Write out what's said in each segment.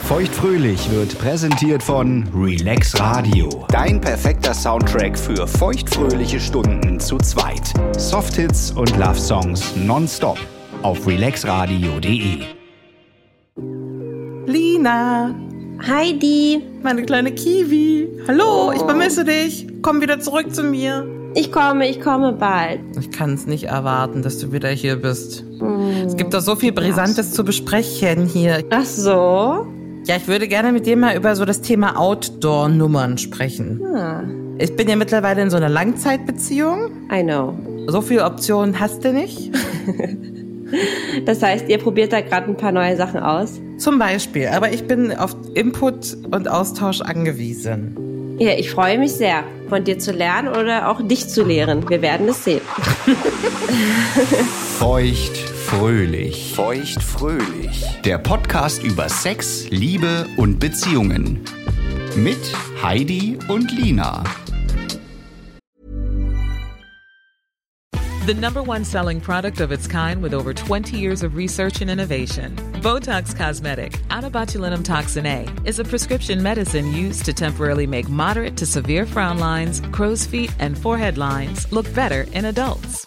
Feuchtfröhlich wird präsentiert von Relax Radio. Dein perfekter Soundtrack für feuchtfröhliche Stunden zu zweit. Softhits und Love Songs nonstop auf relaxradio.de. Lina, Heidi, meine kleine Kiwi. Hallo, ich vermisse dich. Komm wieder zurück zu mir. ich komme, ich komme bald. Ich kann es nicht erwarten, dass du wieder hier bist. Es gibt doch so viel Brisantes zu besprechen hier. Ach so? Ja, ich würde gerne mit dir mal über so das Thema Outdoor-Nummern sprechen. Ich bin ja mittlerweile in so einer Langzeitbeziehung. Ah, I know. So viele Optionen hast du nicht. Das heißt, ihr probiert da gerade ein paar neue Sachen aus? Zum Beispiel. Aber ich bin auf Input und Austausch angewiesen. Ja, ich freue mich sehr, von dir zu lernen oder auch dich zu lehren. Wir werden es sehen. Feuchtfröhlich. Feuchtfröhlich. Der Podcast über Sex, Liebe und Beziehungen. Mit Heidi und Lina. The number one selling product of its kind with over 20 years of research and innovation. Botox Cosmetic, out of botulinum toxin A, is a prescription medicine used to temporarily make moderate to severe frown lines, crow's feet, and forehead lines look better in adults.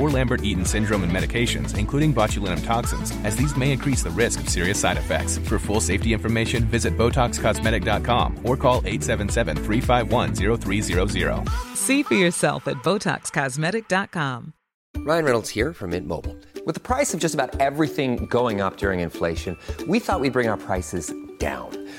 or Lambert-Eaton syndrome and medications, including botulinum toxins, as these may increase the risk of serious side effects. For full safety information, visit BotoxCosmetic.com or call 877-351-0300. See for yourself at BotoxCosmetic.com. Ryan Reynolds here from Mint Mobile. With the price of just about everything going up during inflation, we thought we'd bring our prices down.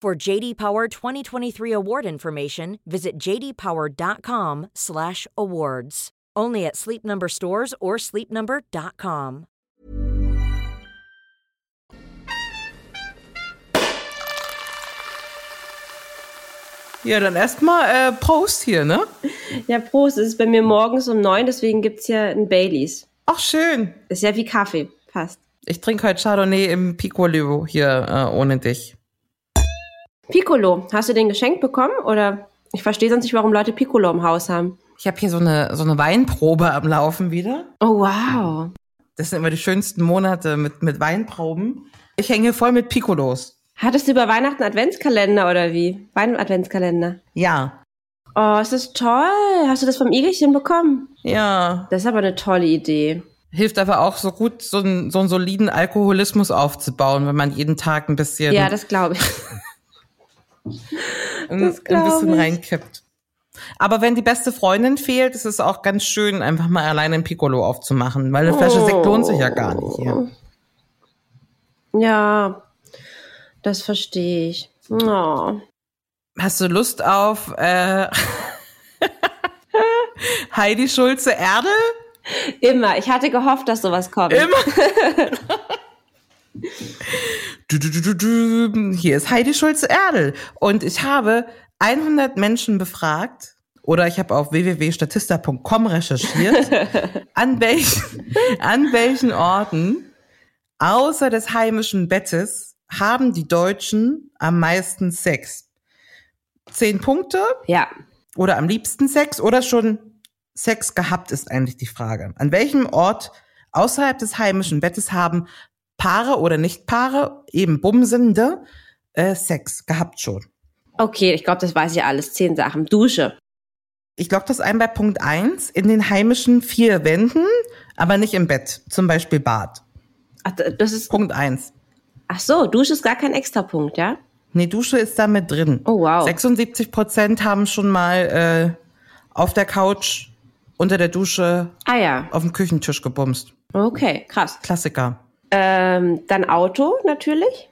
For JD Power 2023 award information, visit jdpower.com/awards. Only at Sleep Number stores or sleepnumber.com. Ja, dann erstmal äh, Post hier, ne? Ja, Prost, es ist bei mir morgens um neun, deswegen gibt es hier ein Baileys. Ach, schön. Ist ja wie Kaffee, passt. Ich trinke heute Chardonnay im Piccolo hier äh, ohne dich. Piccolo, hast du den geschenkt bekommen? Oder ich verstehe sonst nicht, warum Leute Piccolo im Haus haben. Ich habe hier so eine, so eine Weinprobe am Laufen wieder. Oh, wow. Das sind immer die schönsten Monate mit, mit Weinproben. Ich hänge voll mit Piccolos. Hattest du über Weihnachten Adventskalender oder wie? Weihnachten-Adventskalender. Ja. Oh, es ist das toll. Hast du das vom Igelchen bekommen? Ja. Das ist aber eine tolle Idee. Hilft aber auch so gut, so, einen so einen soliden Alkoholismus aufzubauen, wenn man jeden Tag ein bisschen, Ja, das glaube ich. ein, das ein glaub bisschen ich. reinkippt. Aber wenn die beste Freundin fehlt, ist es auch ganz schön, einfach mal alleine ein Piccolo aufzumachen, weil eine Flasche Sekt lohnt sich ja gar nicht. Ja. Ja, das verstehe ich. Oh. Hast du Lust auf äh, Heidi Schulze Erde? Immer. Ich hatte gehofft, dass sowas kommt. Immer. du, du, du, du, du. Hier ist Heidi Schulze-Erdel. Und ich habe 100 Menschen befragt, oder ich habe auf www.statista.com recherchiert, an welchen, an welchen Orten außer des heimischen Bettes haben die Deutschen am meisten Sex? Zehn Punkte Ja. oder am liebsten Sex oder schon Sex gehabt, ist eigentlich die Frage. An welchem Ort außerhalb des heimischen Bettes haben Paare oder Nichtpaare, eben Bumsende, äh, Sex gehabt schon? Okay, ich glaube, das weiß ich alles. Zehn Sachen. Dusche. Ich logge das ein bei Punkt eins in den heimischen vier Wänden, aber nicht im Bett, zum Beispiel Bad. Ach, das ist. Punkt eins. Ach so, Dusche ist gar kein Extrapunkt, ja? Nee, Dusche ist da mit drin. Oh, wow. 76 Prozent haben schon mal äh, auf der Couch, unter der Dusche, Ah ja. auf dem Küchentisch gebumst. Okay, krass. Klassiker. Ähm, dann Auto natürlich.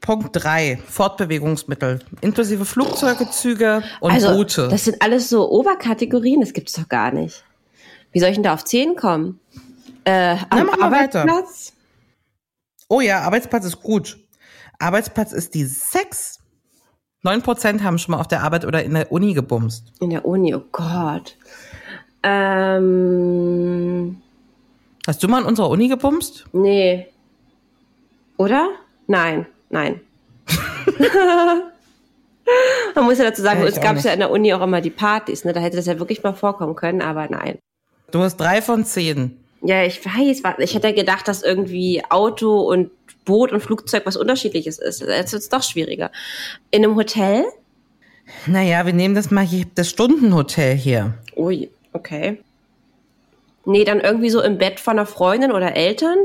Punkt drei Fortbewegungsmittel, inklusive Flugzeuge, Züge und also, Boote. das sind alles so Oberkategorien, das gibt's doch gar nicht. Wie soll ich denn da auf 10 kommen? Äh, am mach mal weiter. Arbeitsplatz? oh ja, Arbeitsplatz ist gut. Arbeitsplatz ist die sechs. Neun Prozent haben schon mal auf der Arbeit oder in der Uni gebumst. In der Uni, oh Gott. Ähm, Hast du mal in unserer Uni gebumst? nee. Oder? Nein, nein. Man muss ja dazu sagen, Ja, ich es auch gab nicht. ja in der Uni auch immer die Partys, ne? Da hätte das ja wirklich mal vorkommen können, aber nein. Du hast drei von zehn. Ja, ich weiß, warte, ich hätte gedacht, dass irgendwie Auto und Boot und Flugzeug was unterschiedliches ist. Jetzt wird's doch schwieriger. In einem Hotel? Naja, wir nehmen das mal hier, das Stundenhotel hier. Ui, okay. Nee, dann irgendwie so im Bett von einer Freundin oder Eltern?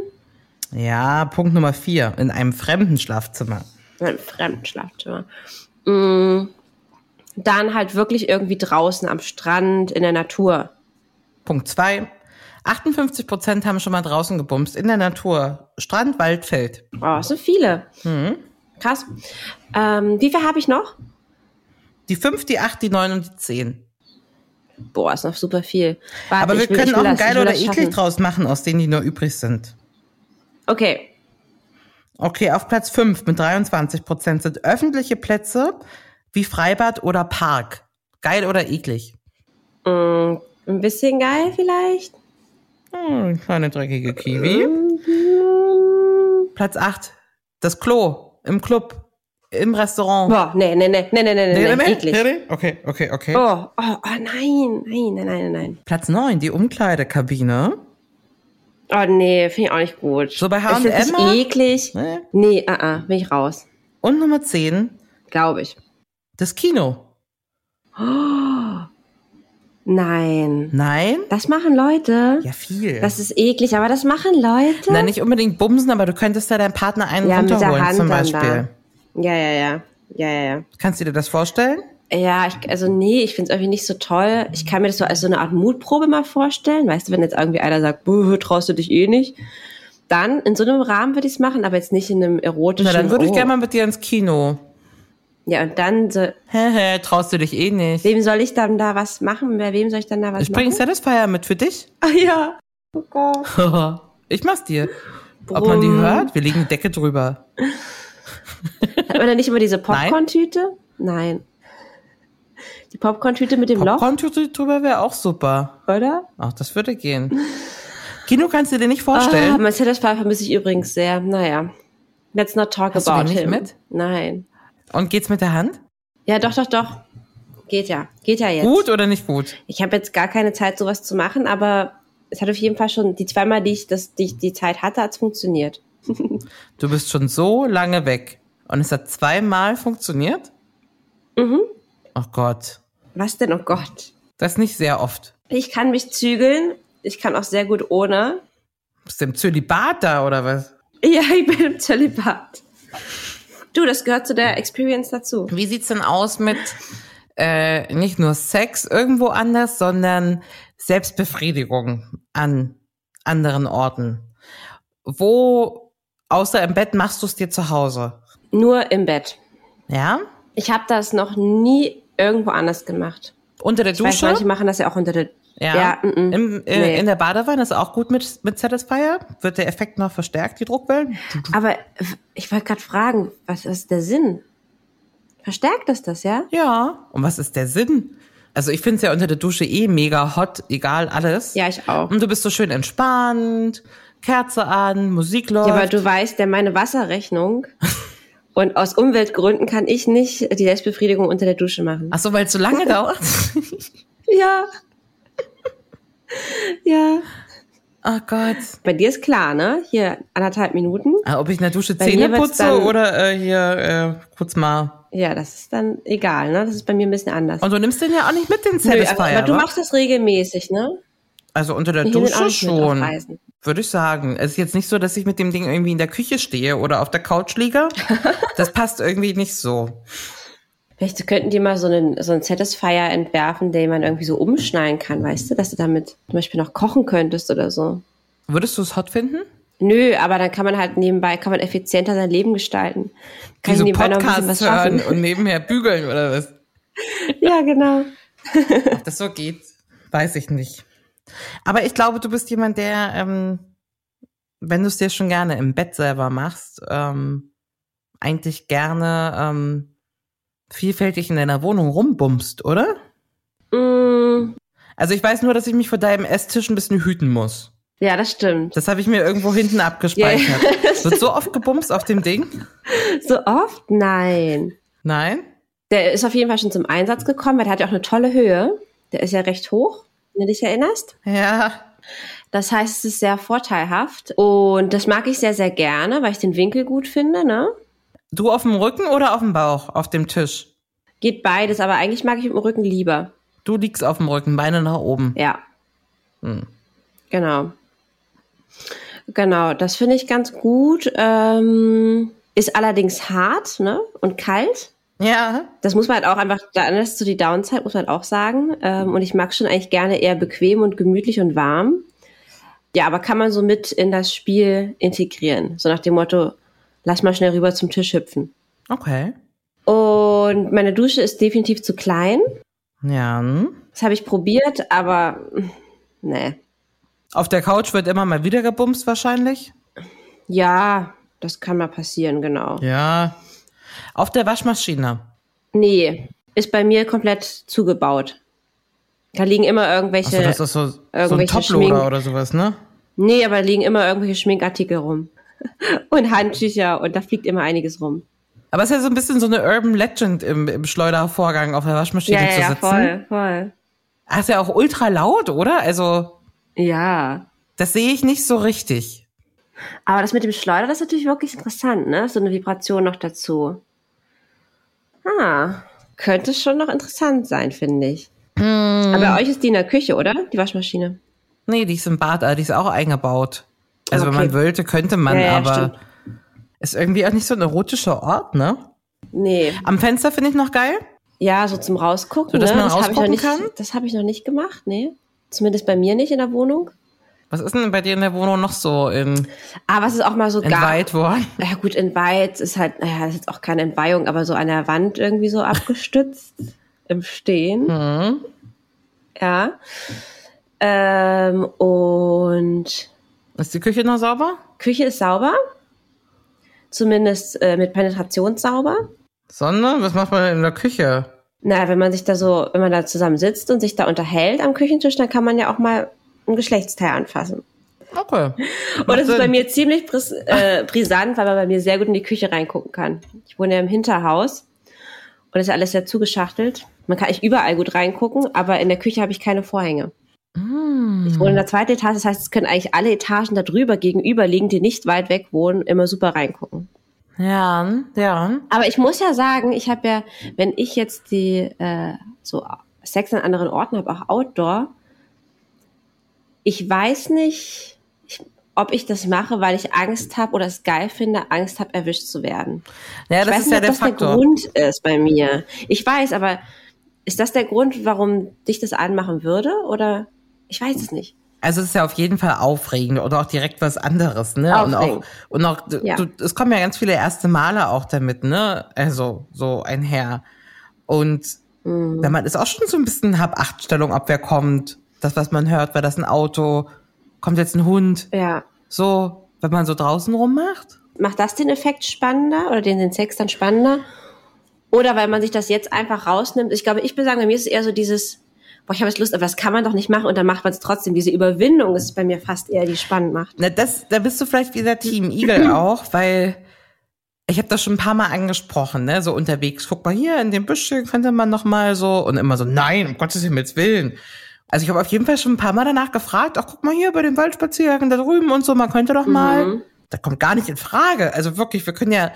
Ja, Punkt Nummer vier, in einem fremden Schlafzimmer. Im fremden Schlafzimmer. Mm, Dann halt wirklich irgendwie draußen am Strand, in der Natur. Punkt zwei 58 Prozent haben schon mal draußen gebumst, in der Natur, Strand, Wald, Feld. Oh, das sind viele. Mhm. Krass. Ähm, wie viel habe ich noch? Die fünf, die acht, die neun und die zehn. Boah, ist noch super viel. Warte, Aber wir ich will- ich können will auch ein das, ich geil will oder das eklig schaffen. draus machen, aus denen die nur übrig sind. Okay, Okay, auf Platz 5 mit 23 Prozent sind öffentliche Plätze wie Freibad oder Park. Geil oder eklig? Mm, ein bisschen geil vielleicht. Hm, kleine dreckige Kiwi. Platz 8, das Klo im Club, im Restaurant. Boah, nee, nee, nee, nee, nee, nee, nee, nee, eklig. Okay, okay, okay. Oh, oh, oh, nein, nein, nein, nein, nein. Platz 9, die Umkleidekabine. Oh, nee, finde ich auch nicht gut. So bei Ist das H&M? nicht eklig? Nee. Nee, ah, ah, bin ich raus. Und Nummer 10, Glaube ich. das Kino. Nein. Nein? Das machen Leute. Ja, viel. Das ist eklig, aber das machen Leute. Na, nicht unbedingt bumsen, aber du könntest da deinen Partner einen ja, mit der runterholen Hand zum dann Beispiel. da. Ja, ja, ja. Ja, ja, ja. Kannst du dir das vorstellen? Ja, ich, also nee, ich find's irgendwie nicht so toll. Ich kann mir das so als so eine Art Mutprobe mal vorstellen. Weißt du, wenn jetzt irgendwie einer sagt, "Buh, traust du dich eh nicht, dann in so einem Rahmen würde ich's machen, aber jetzt nicht in einem erotischen. Na, dann würde ich oh. gerne mal mit dir ins Kino. Ja, und dann, so, Hehe, traust du dich eh nicht. wem soll ich dann da was machen? Bei wem soll ich dann da was Ich bringe machen? Satisfier mit für dich. Ah ja. Oh Gott. ich mach's dir. Ob man die Brumm. hört? Wir legen Decke drüber. Hat man da nicht immer diese Popcorn-Tüte? Nein. Die Popcorn-Tüte mit dem Popcorn-Tüte drüber wäre auch super. Loch, oder? Ach, das würde gehen. Kino kannst du dir nicht Ah, vorstellen. mein Satisfy vermisse ich übrigens sehr. Naja. Let's not talk Hast du about den nicht him. mit? Nein. Und geht's mit der Hand? Ja, doch, doch, doch. Geht ja. Geht ja jetzt. Gut oder nicht gut? Ich habe jetzt gar keine Zeit, sowas zu machen, aber es hat auf jeden Fall schon die zweimal, die ich, das, die, ich die Zeit hatte, hat's funktioniert. Du bist schon so lange weg. Und es hat zweimal funktioniert? Mhm. Ach Gott. Was denn? Oh Gott. Das ist nicht sehr oft. Ich kann mich zügeln. Ich kann auch sehr gut ohne. Bist du im Zölibat da oder was? Ja, ich bin im Zölibat. Du, das gehört zu der Experience dazu. Wie sieht's denn aus mit äh, nicht nur Sex irgendwo anders, sondern Selbstbefriedigung an anderen Orten? Wo außer im Bett machst du es dir zu Hause? Nur im Bett. Ja? Ich habe das noch nie irgendwo anders gemacht. Unter der Ich weiß, Dusche? manche machen das ja auch unter der. ja. mm, mm. Im, äh, Nee. In der Badewanne ist auch gut mit, mit Satisfier. Wird der Effekt noch verstärkt, die Druckwellen? Aber ich wollte gerade fragen, was ist der Sinn? Verstärkt das das, ja? Ja. Und was ist der Sinn? Also ich finde es ja unter der Dusche eh mega hot, egal alles. Ja, ich auch. Und du bist so schön entspannt, Kerze an, Musik läuft. Ja, aber du weißt ja meine Wasserrechnung. Und aus Umweltgründen kann ich nicht die Ah. Selbstbefriedigung unter der Dusche machen. Ach so, weil es so lange dauert. Ja. Ja. Oh Gott. Bei dir ist klar, ne? Hier anderthalb Minuten. Ah, Ob ich in der Dusche Bei mir Zähne wird's putze dann- oder äh, hier äh, kurz mal. Ja, das ist dann egal, ne? Das ist bei mir ein bisschen anders. Und du nimmst den ja auch nicht mit, den Nö, Satisfier. aber, aber du wa? machst das regelmäßig, ne? also unter der Ich nehme den auch Dusche nicht mit auf schon. Reisen. Würde ich sagen. Es ist jetzt nicht so, dass ich mit dem Ding irgendwie in der Küche stehe oder auf der Couch liege. Das passt irgendwie nicht so. Vielleicht könnten die mal so einen, so einen Satisfier entwerfen, den man irgendwie so umschneiden kann, weißt du? Dass du damit zum Beispiel noch kochen könntest oder so. Würdest du es hot finden? Nö, aber dann kann man halt nebenbei, kann man effizienter sein Leben gestalten. Kann Wie so nebenbei noch ein bisschen Podcasts was hören schaffen. und nebenher bügeln oder was? ja, genau. Ob das so geht, weiß ich nicht. Aber ich glaube, du bist jemand, der, ähm, wenn du es dir schon gerne im Bett selber machst, ähm, eigentlich gerne ähm, vielfältig in deiner Wohnung rumbummst, oder? Mm, Also ich weiß nur, dass ich mich vor deinem Esstisch ein bisschen hüten muss. ja, das stimmt. Das habe ich mir irgendwo hinten abgespeichert. Wird so oft gebumst auf dem Ding? So oft? Nein. Nein? Der ist auf jeden Fall schon zum Einsatz gekommen, weil der hat ja auch eine tolle Höhe. Der ist ja recht hoch, wenn du dich erinnerst. Ja. Das heißt, es ist sehr vorteilhaft und das mag ich sehr, sehr gerne, weil ich den Winkel gut finde. Ne? Du auf dem Rücken oder auf dem Bauch, auf dem Tisch? Geht beides, aber eigentlich mag ich mit dem Rücken lieber. Du liegst auf dem Rücken, Beine nach oben. Ja. Genau. Genau, das finde ich ganz gut. Ähm, ist allerdings hart ne? und kalt. Ja. Das muss man halt auch einfach, da- das ist so die Downside, muss man halt auch sagen. Ähm, und ich mag schon eigentlich gerne eher bequem und gemütlich und warm. Ja, aber kann man so mit in das Spiel integrieren. So nach dem Motto, lass mal schnell rüber zum Tisch hüpfen. Okay. Und meine Dusche ist definitiv zu klein. Ja. hm. Das habe ich probiert, aber mm, nee. Auf der Couch wird immer mal wieder gebumst wahrscheinlich. Ja, das kann mal passieren, genau. Ja. Auf der Waschmaschine. Nee, ist bei mir komplett zugebaut. Da liegen immer irgendwelche. Achso, das ist so, so ein irgendwelche Toploader Schminken. oder sowas, ne? nee, aber da liegen immer irgendwelche Schminkartikel rum. und Handtücher und da fliegt immer einiges rum. Aber es ist ja so ein bisschen so eine Urban Legend im, im Schleudervorgang auf der Waschmaschine Ja, ja, zu ja, sitzen. voll, voll. Ach, ist ja auch ultra laut, oder? Also, Ja. das sehe ich nicht so richtig. Aber das mit dem Schleuder, das ist natürlich wirklich interessant, ne? So eine Vibration noch dazu. Ah, könnte schon noch interessant sein, finde ich. Hm. Aber bei euch ist die in der Küche, oder? Die Waschmaschine. Nee, die ist im Bad, aber die ist auch eingebaut. Also, wenn Okay. man wollte, könnte man, Ja, ja, aber stimmt. ist irgendwie auch nicht so ein erotischer Ort, ne? Nee. Am Fenster finde ich noch geil. Ja, so zum Rausgucken. So, dass ne? man das habe ich noch rausgucken nicht, kann? Das habe ich noch nicht gemacht, nee. Zumindest bei mir nicht in der Wohnung. Was ist denn bei dir in der Wohnung noch so in, Aber es ist auch mal so gar. entweiht worden? Ja gut, entweiht ist halt, naja, das ist jetzt auch keine Entweihung, aber so an der Wand irgendwie so abgestützt im Stehen. Hm. Ja. Ähm, und Ist die Küche noch sauber? Küche ist sauber. Zumindest äh, mit Penetration sauber. Sonne? Was macht man in der Küche? Naja, wenn man sich da so, wenn man da zusammen sitzt und sich da unterhält am Küchentisch, dann kann man ja auch mal ein Geschlechtsteil anfassen. Okay. Und Oh, das ist Sinn. bei mir ziemlich bris äh, brisant, weil man bei mir sehr gut in die Küche reingucken kann. Ich wohne ja im Hinterhaus und ist ja alles sehr zugeschachtelt. Man kann nicht überall gut reingucken, aber in der Küche habe ich keine Vorhänge. Ich wohne in der zweiten Etage, das heißt, es können eigentlich alle Etagen da drüber gegenüberliegen, die nicht weit weg wohnen, immer super reingucken. Ja, ja. Aber ich muss ja sagen, ich habe ja, wenn ich jetzt die äh, so Sex an anderen Orten habe, auch Outdoor, ich weiß nicht, ich, ob ich das mache, weil ich Angst habe oder es geil finde, Angst habe, erwischt zu werden. Ja, das ich weiß ist nicht, ja ob der das der Faktor. Grund ist bei mir. Ich weiß, aber ist das der Grund, warum dich das anmachen würde? Oder ich weiß es nicht. also es ist ja auf jeden Fall aufregend oder auch direkt was anderes, ne? Und auch, Aufregend. und auch du, Ja. du, es kommen ja ganz viele erste Male auch damit, ne? Also so einher. Und Mhm. wenn man ist auch schon so ein bisschen hab acht Stellung, ob wer kommt. Das, was man hört, war das ein Auto? Kommt jetzt ein Hund? Ja. So, wenn man so draußen rummacht? macht das den Effekt spannender oder den, den Sex dann spannender? Oder weil man sich das jetzt einfach rausnimmt? Ich glaube, ich würde sagen, bei mir ist es eher so dieses, boah, ich habe jetzt Lust, aber das kann man doch nicht machen und dann macht man es trotzdem. Diese Überwindung ist bei mir fast eher, die spannend macht. Na, das, da bist du vielleicht wieder Team Igel auch, weil ich habe das schon ein paar Mal angesprochen, ne, so unterwegs. Guck mal hier in dem Büschchen könnte man noch mal so und immer so, nein, um Gottes Himmels Willen. Also ich habe auf jeden Fall schon ein paar Mal danach gefragt, ach guck mal hier bei den Waldspaziergängen da drüben und so, man könnte doch mal. Mhm. Da kommt gar nicht in Frage. Also wirklich, wir können ja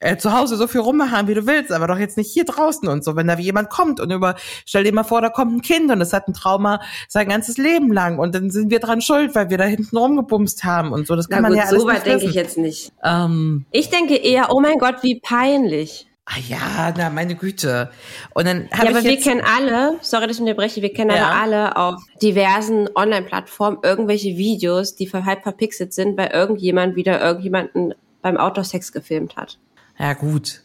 äh, zu Hause so viel rummachen, wie du willst, aber doch jetzt nicht hier draußen und so. Wenn da jemand kommt und über, stell dir mal vor, da kommt ein Kind und es hat ein Trauma sein ganzes Leben lang und dann sind wir dran schuld, weil wir da hinten rumgebumst haben und so. Das kann Na man gut, ja alles so weit nicht denke wissen. ich jetzt nicht. Ähm, Ich denke eher, oh mein Gott, wie peinlich. Ah ja, na meine Güte. Und dann Ja, habe aber ich wir jetzt, kennen alle, sorry, dass ich unterbreche, wir kennen Ja. aber alle auf diversen Online-Plattformen irgendwelche Videos, die ver- halb verpixelt sind, weil irgendjemand wieder irgendjemanden beim Outdoor-Sex gefilmt hat. ja gut.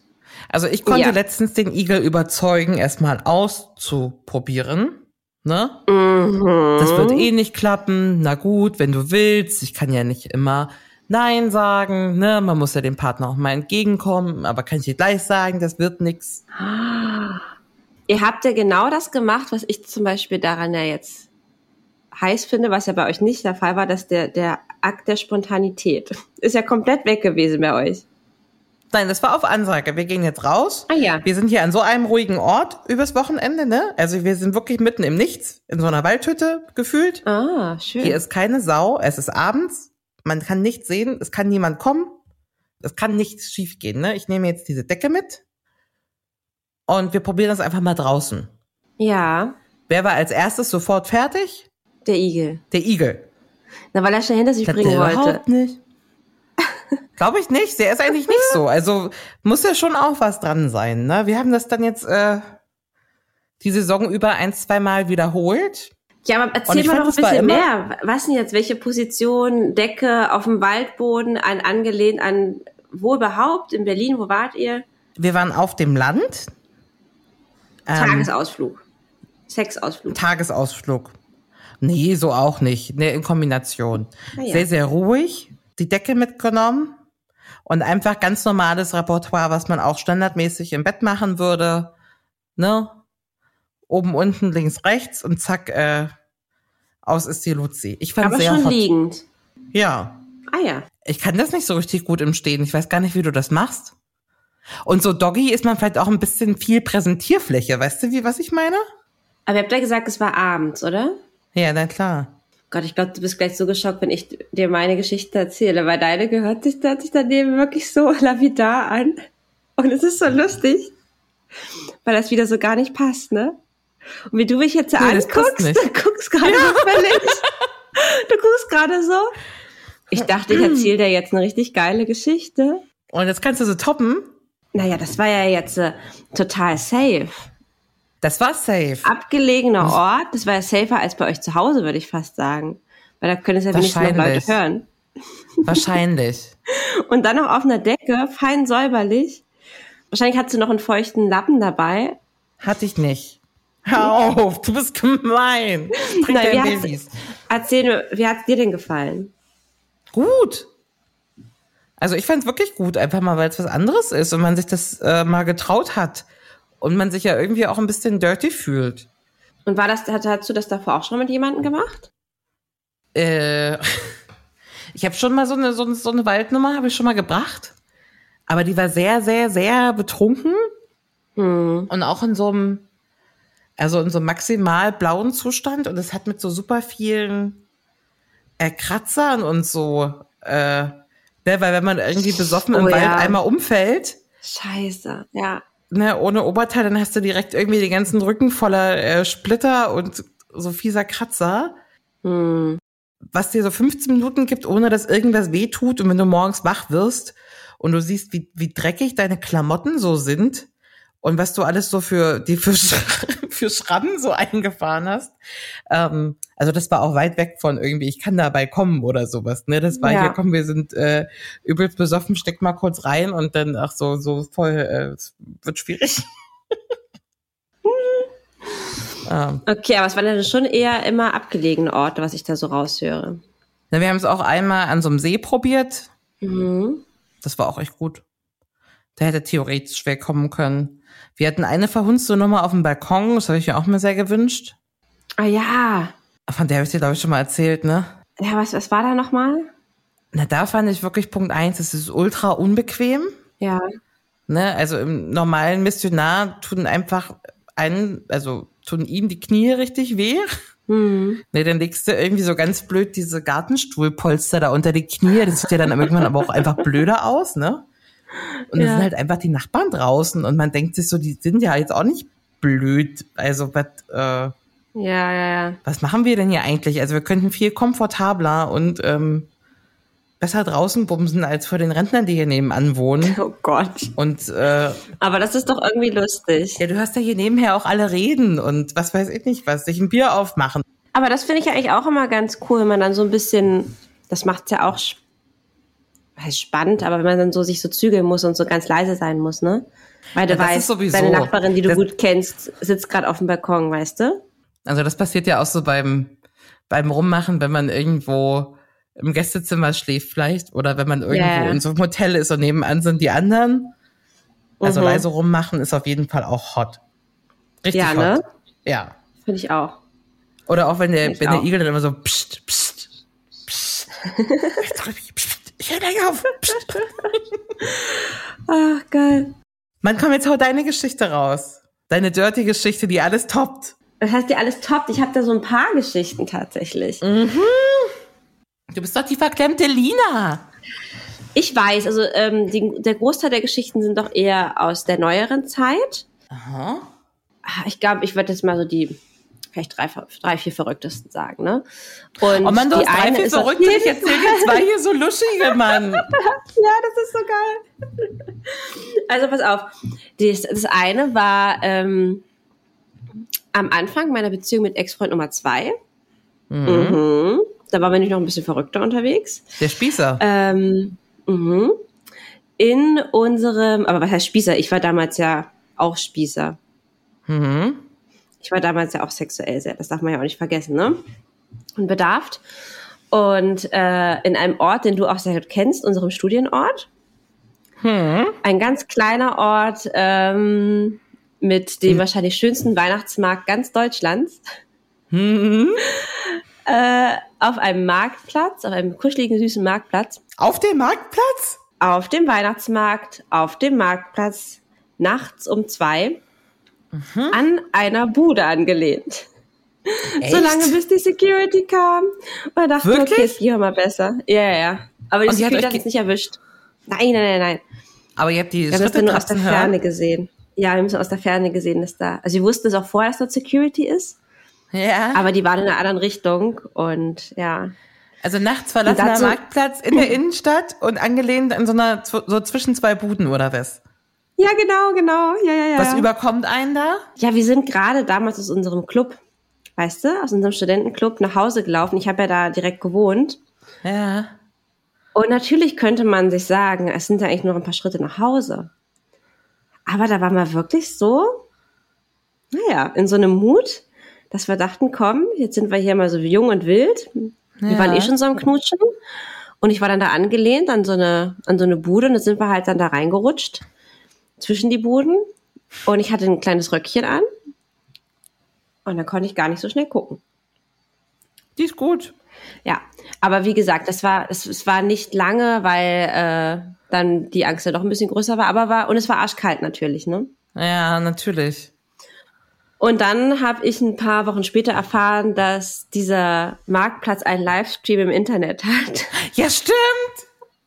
Also ich konnte Ja. letztens den Igel überzeugen, erstmal auszuprobieren. Ne? Mhm. Das wird eh nicht klappen. Na gut, wenn du willst. Ich kann ja nicht immer Nein sagen. Ne? Man muss ja dem Partner auch mal entgegenkommen. Aber kann ich dir gleich sagen, das wird nix. Ihr habt ja genau das gemacht, was ich zum Beispiel daran ja jetzt heiß finde, was ja bei euch nicht der Fall war, dass der, der Akt der Spontanität ist ja komplett weg gewesen bei euch. Nein, das war auf Ansage. Wir gehen jetzt raus. Ah ja. Wir sind hier an so einem ruhigen Ort übers Wochenende. Ne? Also wir sind wirklich mitten im Nichts. In so einer Waldhütte gefühlt. Ah, schön. Hier ist keine Sau, es ist abends, man kann nichts sehen, es kann niemand kommen, es kann nichts schiefgehen. Ne? Ich nehme jetzt diese Decke mit und wir probieren das einfach mal draußen. ja, Wer war als erstes sofort fertig? der Igel. Der Igel. Na, weil er schnell hinter sich Das bringen wollte. überhaupt nicht. Glaube ich nicht, der ist eigentlich nicht so. Also muss ja schon auch was dran sein. Ne? Wir haben das dann jetzt äh, die Saison über ein, zweimal wiederholt. Ja, aber Und erzähl ich mal fand, noch ein es war bisschen immer- mehr. Was denn jetzt? Welche Position? Decke auf dem Waldboden, an angelehnt an wo überhaupt? In Berlin, wo wart ihr? Wir waren auf dem Land. Ähm, Tagesausflug. Sexausflug. Tagesausflug. Nee, so auch nicht. Nee, in Kombination. Ah ja. Sehr, sehr ruhig, die Decke mitgenommen und einfach ganz normales Repertoire, was man auch standardmäßig im Bett machen würde. Ne? Oben, unten, links, rechts und zack, äh, aus ist die Luzi. Ich fand aber sehr schon hot. liegend. Ja. Ah ja. Ich kann das nicht so richtig gut im Stehen. Ich weiß gar nicht, wie du das machst. Und so Doggy ist man vielleicht auch ein bisschen viel Präsentierfläche. Weißt du, wie, was ich meine? Aber ihr habt ja gesagt, es war abends, oder? Ja, na klar. Gott, ich glaube, du bist gleich so geschockt, wenn ich dir meine Geschichte erzähle, weil deine gehört sich, hört sich daneben wirklich so lapidar an. Und es ist so lustig, weil das wieder so gar nicht passt, ne? Und wie du mich jetzt ja Nee, das passt anguckst, nicht. du guckst gerade so völlig. Du guckst gerade so. Ich dachte, ich erzähle dir jetzt eine richtig geile Geschichte. Und jetzt kannst du so toppen. Naja, das war ja jetzt äh, total safe. Das war safe. Ah. Abgelegener Ort, das war ja safer als bei euch zu Hause, würde ich fast sagen. Weil da können es ja wenigstens noch Wahrscheinlich. Leute hören. Wahrscheinlich. Und dann noch auf einer Decke, fein säuberlich. Wahrscheinlich hat sie noch einen feuchten Lappen dabei. Hatte ich nicht. Hör auf, du bist gemein. Bring Nein, deinen wie hat's- Babys. Erzähl mir, wie hat's dir denn gefallen? Gut. Also ich fand's wirklich gut, einfach mal, weil es was anderes ist und man sich das äh, mal getraut hat. Und man sich ja irgendwie auch ein bisschen dirty fühlt. Und war das, hat- hast du das davor auch schon mit jemandem gemacht? Äh, ich habe schon mal so eine, so, eine- so eine Waldnummer, habe ich schon mal gebracht. Aber die war sehr, sehr, sehr betrunken. Hm. Und auch in so einem, also in so einem maximal blauen Zustand. Und es hat mit so super vielen äh, Kratzern und so, äh, ne, weil wenn man irgendwie besoffen im Oh Wald ja. einmal umfällt, Scheiße, ja. ne, ohne Oberteil, dann hast du direkt irgendwie den ganzen Rücken voller äh, Splitter und so fieser Kratzer. Hm. Was dir so 15 Minuten gibt, ohne dass irgendwas weh tut. Und wenn du morgens wach wirst und du siehst, wie, wie dreckig deine Klamotten so sind und was du alles so für die für, Sch- für Schrammen so eingefahren hast. Ähm, also das war auch weit weg von irgendwie, ich kann dabei kommen oder sowas. Ne? Das war Ja. hier, komm, wir sind äh, übelst besoffen, steck mal kurz rein und dann, ach so, so voll, äh, es wird schwierig. ähm, Okay, aber es waren dann schon eher immer abgelegene Orte, was ich da so raushöre. na, wir haben es auch einmal an so einem See probiert. Mhm. Das war auch echt gut. Da hätte theoretisch schwer kommen können. Wir hatten eine verhunzte Nummer auf dem Balkon, das habe ich mir auch mal sehr gewünscht. Ah ja. Von der habe ich dir, glaube ich, schon mal erzählt, ne? Ja, was, was war da nochmal? Na, da fand ich wirklich Punkt eins, es ist ultra unbequem. Ja. Ne? Also im normalen Missionar tun einfach einen, also tun ihm die Knie richtig weh. Nee, dann legst du irgendwie so ganz blöd diese Gartenstuhlpolster da unter die Knie. Das sieht ja dann irgendwann aber auch einfach blöder aus, ne? Und dann sind halt einfach die Nachbarn draußen und man denkt sich so, die sind ja jetzt auch nicht blöd. Also, was, äh, Ja, ja, ja. was machen wir denn hier eigentlich? Also, wir könnten viel komfortabler und ähm, besser draußen bumsen als vor den Rentnern, die hier nebenan wohnen. Oh Gott. Und äh, Aber das ist doch irgendwie lustig. ja, du hörst ja hier nebenher auch alle reden und was weiß ich nicht was, sich ein Bier aufmachen. Aber das finde ich ja eigentlich auch immer ganz cool, wenn man dann so ein bisschen, das macht es ja auch sp- heißt spannend, aber wenn man dann so sich so zügeln muss und so ganz leise sein muss, ne? Weil du Ja, das ist weißt, sowieso. deine Nachbarin, die du Das- gut kennst, sitzt gerade auf dem Balkon, weißt du? Also das passiert ja auch so beim, beim Rummachen, wenn man irgendwo im Gästezimmer schläft vielleicht oder wenn man irgendwo Ja. in so einem Hotel ist und nebenan sind die anderen. Also Mhm. leise rummachen ist auf jeden Fall auch hot. Richtig Ja, hot. ne? Ja. Finde ich auch. Oder auch wenn der, Ich wenn auch. der Igel dann immer so pst, pst, pst. Sorry, pst, ich höre gleich auf. Pst. Ach, Ah, geil. Mann, komm, jetzt hau deine Geschichte raus. Deine dirty Geschichte, die alles toppt. Das heißt, dir alles toppt. Ich habe da so ein paar Geschichten tatsächlich. Du bist doch die verklemmte Lina. Ich weiß, also ähm, die, der Großteil der Geschichten sind doch eher aus der neueren Zeit. Aha. Ah, Ich glaube, ich würde jetzt mal so die vielleicht drei, drei vier Verrücktesten sagen, ne? Und Oh Mann, du die hast drei, eine vier ist auf verrückte. Ich jeden erzähle dir zwei hier so luschige, Mann. Ja, das ist so geil. Also pass auf. Das, das eine war ähm, am Anfang meiner Beziehung mit Ex-Freund Nummer zwei. Mhm. Da waren wir nämlich noch ein bisschen verrückter unterwegs. Der Spießer. Ähm, mhm. In unserem, aber was heißt Spießer? Ich war damals ja auch Spießer. Mhm. Ich war damals ja auch sexuell sehr, das darf man ja auch nicht vergessen, ne? Und bedarft. Und äh, in einem Ort, den du auch sehr gut kennst, unserem Studienort. Ein ganz kleiner Ort ähm, mit dem wahrscheinlich schönsten Weihnachtsmarkt ganz Deutschlands. äh, auf einem Marktplatz, auf einem kuscheligen, süßen Marktplatz Auf dem Marktplatz? auf dem Weihnachtsmarkt, auf dem Marktplatz, nachts um zwei, Mhm. an einer Bude angelehnt. So lange, bis die Security kam. Und da dachte ich, Wirklich? okay, es ging mal besser. Ja, ja, ja. Aber die Und die hat Security euch hat ge- uns nicht erwischt. Nein, nein, nein, nein. Aber ihr habt die Wir haben es Schritte dann nur aus der draußen hören. Ferne gesehen. Ja, wir haben es aus der Ferne gesehen, dass da. Also wir wussten es auch vorher, dass da Security ist, Ja. aber die waren in einer anderen Richtung. Und ja. also nachts verlassener Und dazu- Marktplatz in der Innenstadt und angelehnt an so einer, so zwischen zwei Buden oder was? Ja, genau, genau. Ja, ja, ja. Was ja. überkommt einen da? Ja, wir sind gerade damals aus unserem Club, weißt du, aus unserem Studentenclub nach Hause gelaufen. Ich habe ja da direkt gewohnt. Ja. Und natürlich könnte man sich sagen, es sind ja eigentlich nur ein paar Schritte nach Hause. Aber da waren wir wirklich so, naja, in so einem Mut, dass wir dachten, komm, jetzt sind wir hier mal so jung und wild. Wir Ja. waren eh schon so am Knutschen. Und ich war dann da angelehnt an so eine, an so eine Bude und dann sind wir halt dann da reingerutscht zwischen die Buden. Und ich hatte ein kleines Röckchen an. Und dann konnte ich gar nicht so schnell gucken. Die ist gut. Ja, aber wie gesagt, das war, es, es war nicht lange, weil äh, dann die Angst ja doch ein bisschen größer war, aber war, und es war arschkalt natürlich, ne? Ja, natürlich. Und dann habe ich ein paar Wochen später erfahren, dass dieser Marktplatz einen Livestream im Internet hat. Ja, stimmt.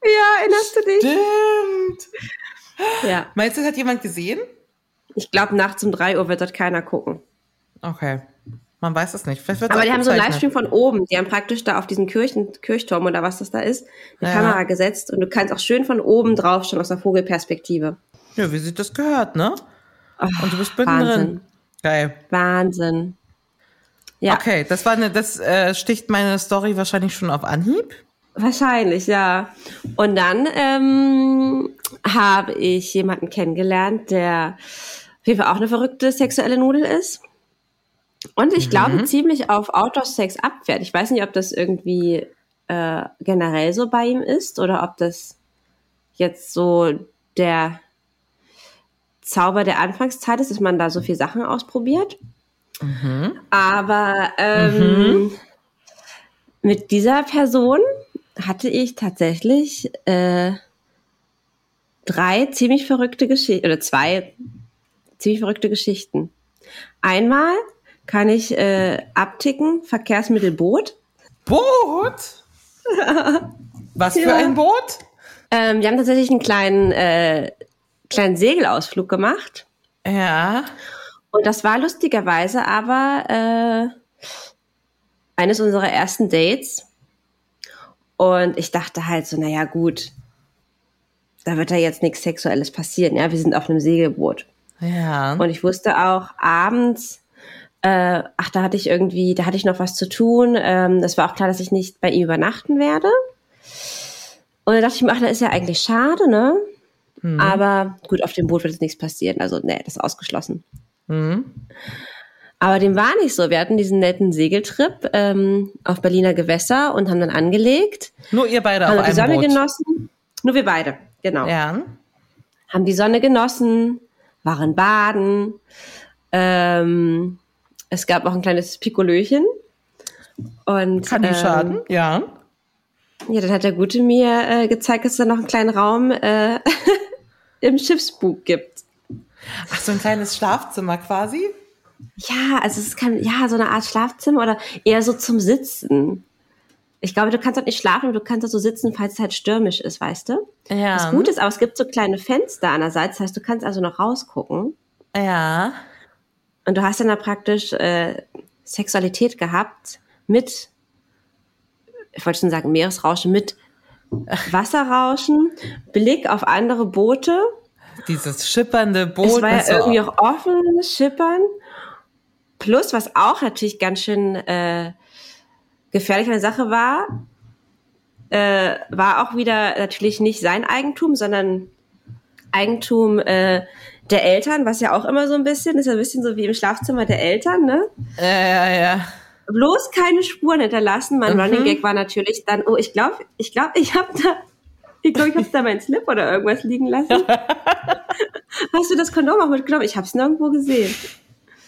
Ja, erinnerst du dich? Stimmt. Ja. Meinst du, das hat jemand gesehen? Ich glaube, nachts um drei Uhr wird dort keiner gucken. Okay. Man weiß es nicht. Vielleicht wird's Aber die haben so einen aufgezeichnet. Livestream von oben. Die haben praktisch da auf diesen Kirchen, Kirchturm oder was das da ist, eine Ja. Kamera gesetzt und du kannst auch schön von oben drauf schauen aus der Vogelperspektive. Ja, wie sich das gehört, ne? Und du bist Wahnsinn. mittendrin. Geil. Wahnsinn. Ja. Okay, das war eine, das äh, sticht meine Story wahrscheinlich schon auf Anhieb. Wahrscheinlich, ja. Und dann ähm, habe ich jemanden kennengelernt, der auf jeden Fall auch eine verrückte sexuelle Nudel ist. Und ich glaube ziemlich auf Outdoor-Sex abfährt. Ich weiß nicht, ob das irgendwie äh, generell so bei ihm ist oder ob das jetzt so der Zauber der Anfangszeit ist, dass man da so viel Sachen ausprobiert. Aber ähm, mit dieser Person hatte ich tatsächlich äh, drei ziemlich verrückte Geschichten oder zwei ziemlich verrückte Geschichten. Einmal kann ich äh, abticken, Verkehrsmittelboot. Boot? Was für ein Boot? Ähm, wir haben tatsächlich einen kleinen, äh, kleinen Segelausflug gemacht. Ja. Und das war lustigerweise aber äh, eines unserer ersten Dates. Und ich dachte halt so, naja gut, da wird ja jetzt nichts Sexuelles passieren. Ja, wir sind auf einem Segelboot. Ja. Und ich wusste auch abends, äh, ach, da hatte ich irgendwie, da hatte ich noch was zu tun. Ähm, das war auch klar, dass ich nicht bei ihm übernachten werde. Und dann dachte ich mir, ach, das ist ja eigentlich schade, ne? Mhm. Aber gut, auf dem Boot wird jetzt nichts passieren. Also, nee, das ist ausgeschlossen. Mhm. Aber dem war nicht so. Wir hatten diesen netten Segeltrip ähm, auf Berliner Gewässer und haben dann angelegt, Nur ihr beide haben auf die einem Sonne Boot. genossen. Nur wir beide, genau Ja. haben die Sonne genossen, waren baden. Ähm, es gab auch ein kleines Pikolöchen. Und, Kann die ähm, schaden? Ja. Ja, dann hat der Gute mir äh, gezeigt, dass es da noch einen kleinen Raum äh, im Schiffsbug gibt. Ach, so ein kleines Schlafzimmer quasi. Ja, also es ist kein, ja, so eine Art Schlafzimmer oder eher so zum Sitzen. Ich glaube, du kannst dort nicht schlafen, aber du kannst dort so sitzen, falls es halt stürmisch ist, weißt du? Ja. Das Gute ist, aber es gibt so kleine Fenster einerseits, das heißt, du kannst also noch rausgucken. Ja. Und du hast dann da praktisch äh, Sexualität gehabt mit, ich wollte schon sagen, Meeresrauschen, mit Wasserrauschen, Blick auf andere Boote. Dieses schippernde Es Boot. war ja was so- irgendwie auch offen, schippern. Plus, was auch natürlich ganz schön äh, gefährlich an der Sache war, äh, war auch wieder natürlich nicht sein Eigentum, sondern Eigentum äh, der Eltern, was ja auch immer so ein bisschen, ist ja ein bisschen so wie im Schlafzimmer der Eltern, ne? Ja, ja, ja. Mhm. bloß keine Spuren hinterlassen. Mein Running Gag war natürlich dann, oh, ich glaube, ich glaube, ich habe da, ich glaube, ich habe da meinen Slip oder irgendwas liegen lassen. Hast du das Kondom auch mitgenommen? Ich habe es nirgendwo gesehen.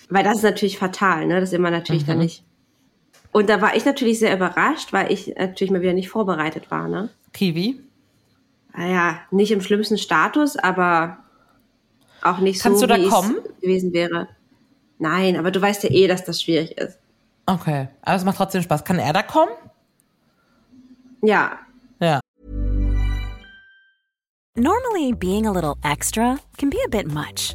Weil das ist natürlich fatal, ne? Das immer natürlich Mhm. dann nicht. Und da war ich natürlich sehr überrascht, weil ich natürlich mal wieder nicht vorbereitet war, ne? Kiwi. Naja, nicht im schlimmsten Status, aber auch nicht Kannst so, du da wie ich's kommen? gewesen wäre. Nein, aber du weißt ja eh, dass das schwierig ist. Okay. Aber es macht trotzdem Spaß. Kann er da kommen? Ja, Ja. Normally, being a little extra can be a bit much,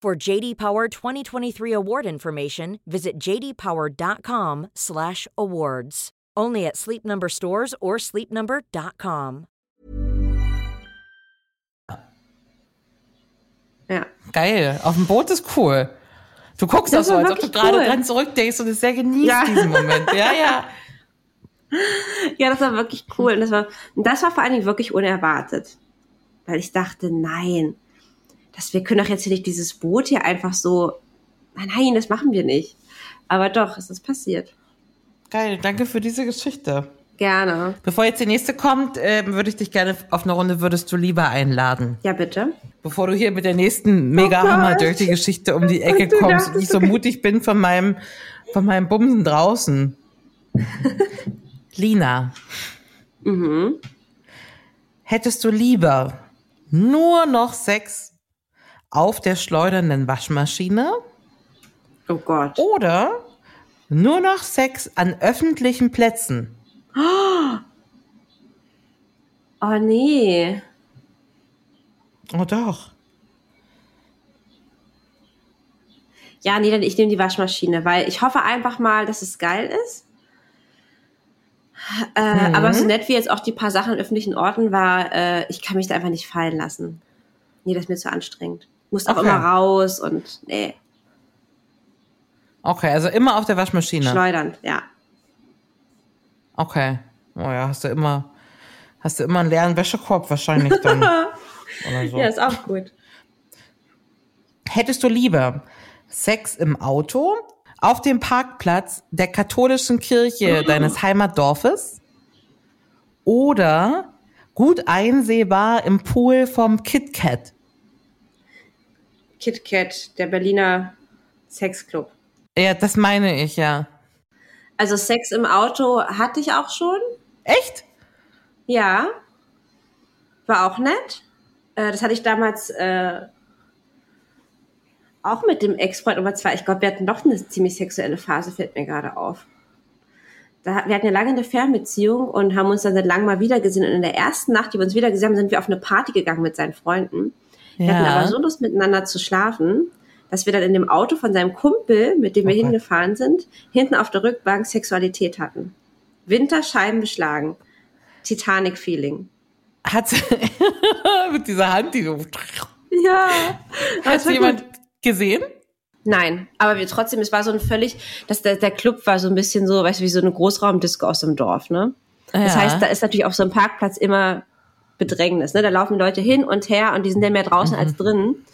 For JD Power 2023 award information, visit jdpower.com/awards. Only at Sleep Number stores or sleepnumber.com. ja. Geil. Auf dem Boot ist cool. Du guckst das Das so, war als ob du wirklich gerade cool. dran zurückdenkst und es sehr genießt Ja. diesen Moment. Ja, ja. Ja, das war wirklich cool. Und das war, und das war vor allen Dingen wirklich unerwartet. Weil ich dachte, nein, das, wir können doch jetzt hier nicht dieses Boot hier einfach so, nein, nein, das machen wir nicht. Aber doch, es ist passiert. Geil. Danke für diese Geschichte. Gerne. Bevor jetzt die nächste kommt, ähm, würde ich dich gerne auf eine Runde würdest du lieber einladen. Ja, bitte. Bevor du hier mit der nächsten mega Gott. hammer dirty Geschichte um die Ecke Und du kommst und dachtest, ich so du- mutig bin von meinem von meinem Bumsen draußen. Lina, Mhm. hättest du lieber nur noch Sex auf der schleudernden Waschmaschine Oh Gott. oder nur noch Sex an öffentlichen Plätzen? Oh nee. Oh doch. Ja, nee, dann ich nehme die Waschmaschine, weil ich hoffe einfach mal, dass es geil ist. Äh, Mhm. Aber so nett wie jetzt auch die paar Sachen an öffentlichen Orten war, äh, ich kann mich da einfach nicht fallen lassen. Nee, das ist mir zu anstrengend. Muss auch Okay. immer raus und nee, Okay, also immer auf der Waschmaschine. schleudern, ja. Okay. Oh ja, hast du immer, hast du immer einen leeren Wäschekorb wahrscheinlich dann. oder so. Ja, ist auch gut. Hättest du lieber Sex im Auto, auf dem Parkplatz der katholischen Kirche deines Heimatdorfes oder gut einsehbar im Pool vom KitKat? KitKat, der Berliner Sexclub. Ja, das meine ich ja. Also Sex im Auto hatte ich auch schon. Echt? Ja. War auch nett. Äh, das hatte ich damals äh, auch mit dem Ex-Freund. Aber zwar, ich glaube, wir hatten doch eine ziemlich sexuelle Phase, fällt mir gerade auf. Da, hat- wir hatten ja lange eine Fernbeziehung und haben uns dann seit langem mal wiedergesehen. Und in der ersten Nacht, die wir uns wiedergesehen haben, sind wir auf eine Party gegangen mit seinen Freunden. Wir hatten aber so Lust, miteinander zu schlafen, dass wir dann in dem Auto von seinem Kumpel, mit dem wir hingefahren sind, hinten auf der Rückbank Sexualität hatten. Winterscheiben beschlagen. Titanic-Feeling. Hat mit dieser Hand, die so. Ja. Hat jemand gesehen? Nein, aber wir trotzdem, es war so ein völlig, dass der, der Club war so ein bisschen so, weißt du, wie so eine Großraumdisco aus dem Dorf, ne? Das Ja. heißt, da ist natürlich auf so einem Parkplatz immer Bedrängnis, ne? Da laufen die Leute hin und her und die sind ja mehr draußen als drinnen.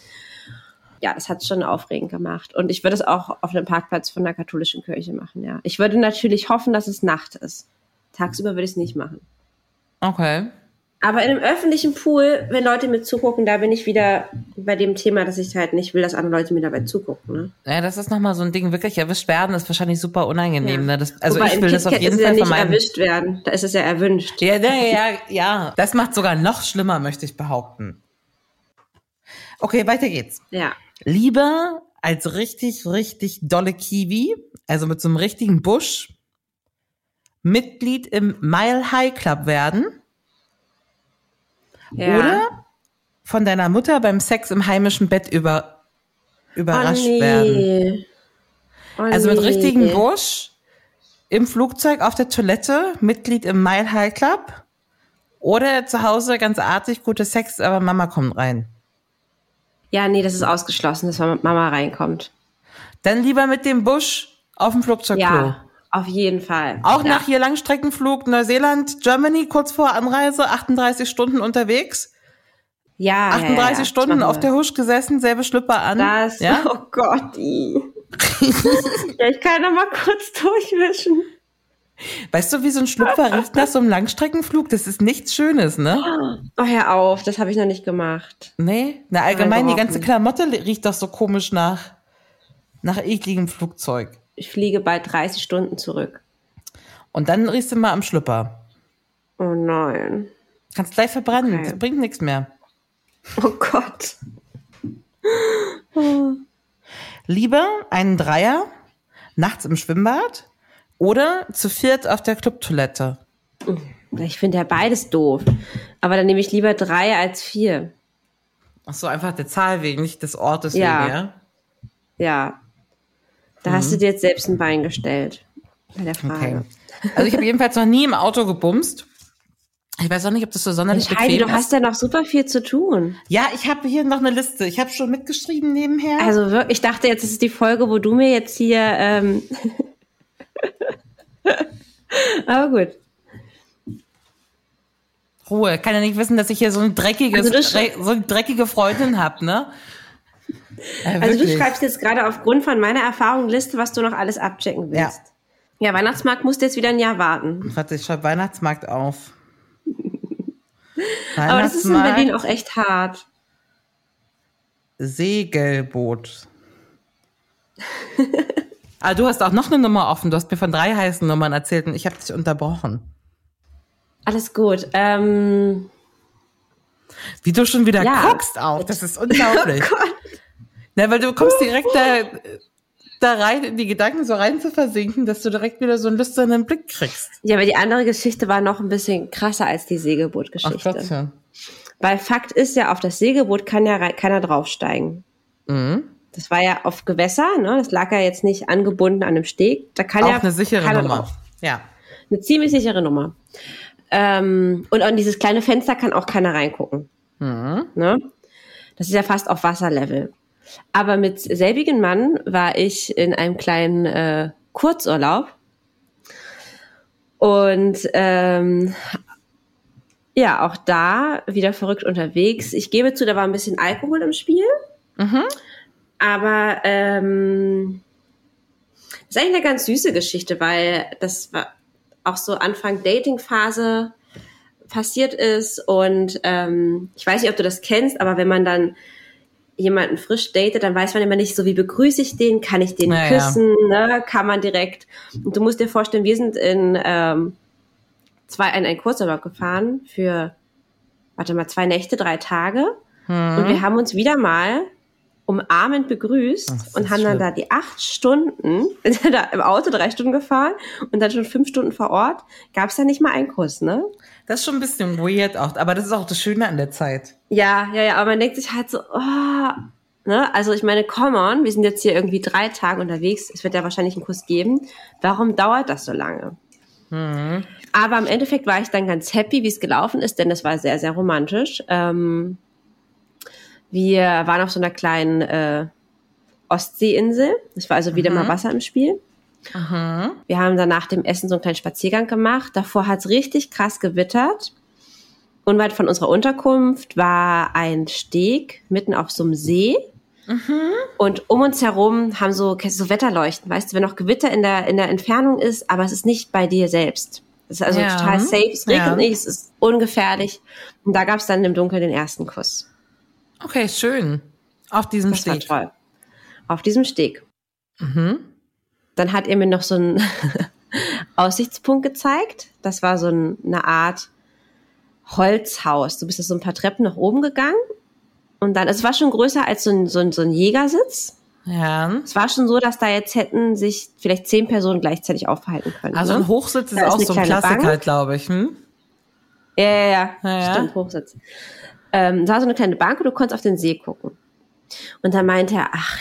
Ja, das hat schon aufregend gemacht. Und ich würde es auch auf einem Parkplatz von der katholischen Kirche machen, ja. Ich würde natürlich hoffen, dass es Nacht ist. Tagsüber würde ich es nicht machen. Okay. Aber in einem öffentlichen Pool, wenn Leute mir zugucken, da bin ich wieder bei dem Thema, dass ich halt nicht will, dass andere Leute mir dabei zugucken. Ne? Ja, das ist nochmal so ein Ding. Wirklich erwischt werden ist wahrscheinlich super unangenehm. Ne? Das, also Wobei ich im will das auf KitKat jeden ist es Fall ja nicht vermeiden. erwischt werden. Da ist es ja erwünscht. Ja, ja, ja, ja, ja. Das macht sogar noch schlimmer, möchte ich behaupten. Okay, weiter geht's. Ja. Lieber als richtig, richtig dolle Kiwi, also mit so einem richtigen Busch, Mitglied im Mile High Club werden ja. oder von deiner Mutter beim Sex im heimischen Bett über, überrascht oh, nee. werden. Oh, Also mit nee. richtigen Busch, im Flugzeug, auf der Toilette, Mitglied im Mile High Club oder zu Hause ganz artig, gute Sex, aber Mama kommt rein. Ja, nee, das ist ausgeschlossen, dass Mama reinkommt. Dann lieber mit dem Busch auf dem Flugzeugklo. Ja, auf jeden Fall. Auch ja. nach hier Langstreckenflug Neuseeland, Germany, kurz vor Anreise, 38 Stunden unterwegs, ja, 38 ja, ja, das Stunden machen auf wir. der Husch gesessen, selbe Schlüpper an. Das, ja? oh Gott, i. ja, ich kann noch mal kurz durchwischen. Weißt du, wie so ein Schlüpper riecht nach so einem Langstreckenflug? Das ist nichts Schönes, ne? Oh, hör auf, das habe ich noch nicht gemacht. Nee, na allgemein, die überhaupt ganze nicht. Klamotte riecht doch so komisch nach, nach ekligem Flugzeug. Ich fliege bald 30 Stunden zurück. Und dann riechst du mal am Schlüpper. Oh nein. Kannst gleich verbrennen, Okay. das bringt nichts mehr. Oh Gott. Lieber einen Dreier nachts im Schwimmbad oder zu viert auf der Clubtoilette. Ich finde ja beides doof. Aber dann nehme ich lieber drei als vier. Ach so, einfach der Zahl wegen, nicht des Ortes Ja. wegen, ja? Ja. Da hast Mhm. du dir jetzt selbst ein Bein gestellt. Bei der Frage. Okay. Also ich habe jedenfalls noch nie im Auto gebumst. Ich weiß auch nicht, ob das so sonderlich Mensch, Heidi, bequem du ist. hast ja noch super viel zu tun. ja, ich habe hier noch eine Liste. Ich habe schon mitgeschrieben nebenher. Also wirklich, ich dachte jetzt, das ist die Folge, wo du mir jetzt hier. Ähm Aber gut. Ruhe, kann ja nicht wissen, dass ich hier so ein dreckiges, Also du sch- dre so eine dreckige Freundin habe, ne? Äh, Also wirklich. du schreibst jetzt gerade aufgrund von meiner Erfahrung Liste, was du noch alles abchecken Ja. willst. Ja, Weihnachtsmarkt musst du jetzt wieder ein Jahr warten. Warte, ich schreibe Weihnachtsmarkt auf. Aber das ist in Berlin auch echt hart. Segelboot. ah, du hast auch noch eine Nummer offen. Du hast mir von drei heißen Nummern erzählt und ich habe dich unterbrochen. Alles gut. Ähm, Wie du schon wieder Ja. guckst auch. Das ist unglaublich. Na, weil du kommst direkt da, da rein, in die Gedanken so rein zu versinken, dass du direkt wieder so einen lüsternen Blick kriegst. Ja, aber die andere Geschichte war noch ein bisschen krasser als die Segelbootgeschichte. Gottchen. Weil Fakt ist ja, auf das Segelboot kann ja rei- keiner draufsteigen. Mhm. Das war ja auf Gewässer, ne? Das lag ja jetzt nicht angebunden an einem Steg. Da kann Auch ja eine sichere keiner Nummer. drauf. Ja. Eine ziemlich sichere Nummer. Ähm, und an dieses kleine Fenster kann auch keiner reingucken. Ne? Das ist ja fast auf Wasserlevel. Aber mit selbigen Mann war ich in einem kleinen äh, Kurzurlaub und ähm, ja, auch da wieder verrückt unterwegs. Ich gebe zu, da war ein bisschen Alkohol im Spiel. Aber ähm, das ist eigentlich eine ganz süße Geschichte, weil das war auch so Anfang Dating-Phase passiert ist. Und ähm, ich weiß nicht, ob du das kennst, aber wenn man dann jemanden frisch datet, dann weiß man immer nicht so, wie begrüße ich den, kann ich den Naja. küssen, ne? kann man direkt. Und du musst dir vorstellen, wir sind in ähm, zwei, in ein Kurzurlaub gefahren für, warte mal, zwei Nächte, drei Tage. Und wir haben uns wieder mal umarmend begrüßt und haben dann da die acht Stunden, sind dann da im Auto drei Stunden gefahren und dann schon fünf Stunden vor Ort, gab es ja nicht mal einen Kuss, ne? Das ist schon ein bisschen weird auch, aber das ist auch das Schöne an der Zeit. Ja, ja, ja, aber man denkt sich halt so, oh, ne? Also ich meine, come on, wir sind jetzt hier irgendwie drei Tage unterwegs, es wird ja wahrscheinlich einen Kuss geben. Warum dauert das so lange? Aber im Endeffekt war ich dann ganz happy, wie es gelaufen ist, denn es war sehr, sehr romantisch. Ähm, wir waren auf so einer kleinen äh, Ostseeinsel. Es war also wieder Mhm. mal Wasser im Spiel. Wir haben dann nach dem Essen so einen kleinen Spaziergang gemacht. Davor hat es richtig krass gewittert. Unweit von unserer Unterkunft war ein Steg mitten auf so einem See. Mhm. Und um uns herum haben so, kennst du, so Wetterleuchten, weißt du, wenn noch Gewitter in der, in der Entfernung ist, aber es ist nicht bei dir selbst. Es ist also Ja. total safe, es regnet Ja. nicht, es ist ungefährlich. Und da gab es dann im Dunkeln den ersten Kuss. Okay, schön. Auf diesem Das war Steg. toll. Auf diesem Steg. Mhm. Dann hat er mir noch so einen Aussichtspunkt gezeigt. Das war so ein, eine Art Holzhaus. Du bist jetzt so ein paar Treppen nach oben gegangen. Und dann, es war schon größer als so ein, so ein, so ein Jägersitz. Ja. Es war schon so, dass da jetzt hätten sich vielleicht zehn Personen gleichzeitig aufhalten können. Also ne? ein Hochsitz ist Da ist auch eine so ein kleine Klassiker, Bank. glaube ich. Hm? Ja, ja, ja, Ja, ja. stimmt, Hochsitz. Ähm, es war so eine kleine Bank und du konntest auf den See gucken. Und da meinte er, ach,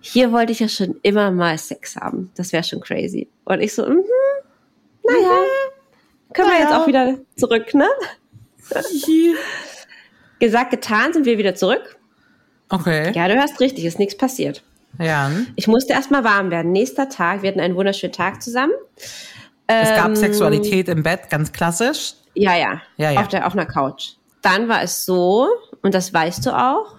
hier wollte ich ja schon immer mal Sex haben. Das wäre schon crazy. Und ich so, mhm, naja, Mhm. können wir jetzt auch wieder zurück, ne? Gesagt, getan, sind wir wieder zurück. Okay. Ja, du hörst richtig, ist nichts passiert. Ja. Ich musste erstmal warm werden. Nächster Tag, wir hatten einen wunderschönen Tag zusammen. Es gab Sexualität im Bett, ganz klassisch. Ja, ja. Ja, ja. Auf, der, auf einer Couch. Dann war es so, und das weißt du auch,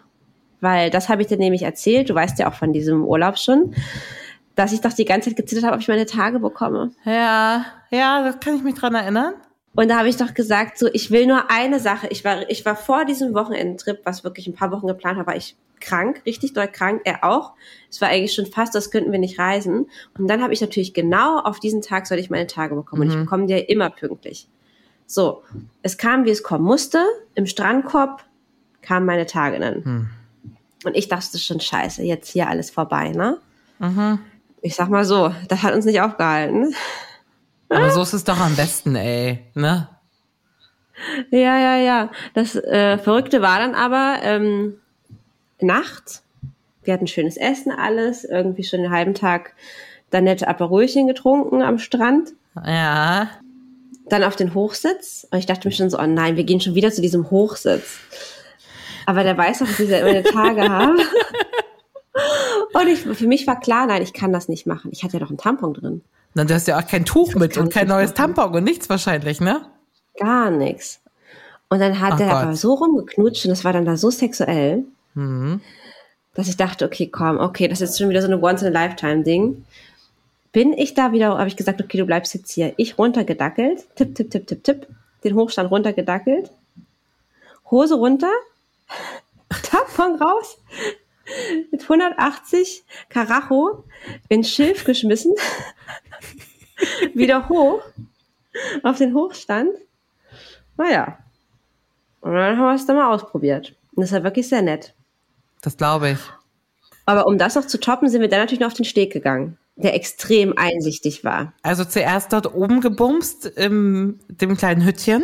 weil das habe ich dir nämlich erzählt, du weißt ja auch von diesem Urlaub schon, dass ich doch die ganze Zeit gezittert habe, ob ich meine Tage bekomme. Ja, ja, das kann ich mich dran erinnern. Und da habe ich doch gesagt, so, ich will nur eine Sache. Ich war, ich war vor diesem Wochenendtrip, was wirklich ein paar Wochen geplant war, war ich krank, richtig doll krank, er auch. Es war eigentlich schon fast, das könnten wir nicht reisen. Und dann habe ich natürlich genau auf diesen Tag soll ich meine Tage bekommen. Und ich bekomme die ja immer pünktlich. So, es kam, wie es kommen musste. Im Strandkorb kamen meine Tage dann. Und ich dachte schon, scheiße, jetzt hier alles vorbei, ne? Ich sag mal so, das hat uns nicht aufgehalten. Aber so ist es doch am besten, ey. Ne? Ja, ja, ja. Das äh, Verrückte war dann aber ähm, nachts. Wir hatten schönes Essen, alles. Irgendwie schon den halben Tag dann nette Aperolchen getrunken am Strand. Ja. Dann auf den Hochsitz. Und ich dachte mir schon so, oh nein, wir gehen schon wieder zu diesem Hochsitz. Aber der weiß doch, dass ich ja immer eine Tage habe. Und ich, für mich war klar, nein, ich kann das nicht machen. Ich hatte ja doch einen Tampon drin. Na, du hast ja auch kein Tuch mit kann und kein ich nicht neues machen. Tampon und nichts wahrscheinlich, ne? Gar nichts. Und dann hat Ach er Gott. aber so rumgeknutscht und das war dann da so sexuell, Mhm. dass ich dachte, okay, komm, okay, das ist schon wieder so eine Once-in-a-Lifetime-Ding. Bin ich da wieder, habe ich gesagt, okay, du bleibst jetzt hier. Ich runtergedackelt, tipp, tipp, tipp, tipp, tipp, den Hochstand runtergedackelt, Hose runter, Tampon raus, mit 180 Karacho ins Schilf geschmissen, wieder hoch auf den Hochstand. Naja. Und dann haben wir es dann mal ausprobiert. Und das war wirklich sehr nett. Das glaube ich. Aber um das noch zu toppen, sind wir dann natürlich noch auf den Steg gegangen, der extrem einsichtig war. Also zuerst dort oben gebumst, im dem kleinen Hüttchen.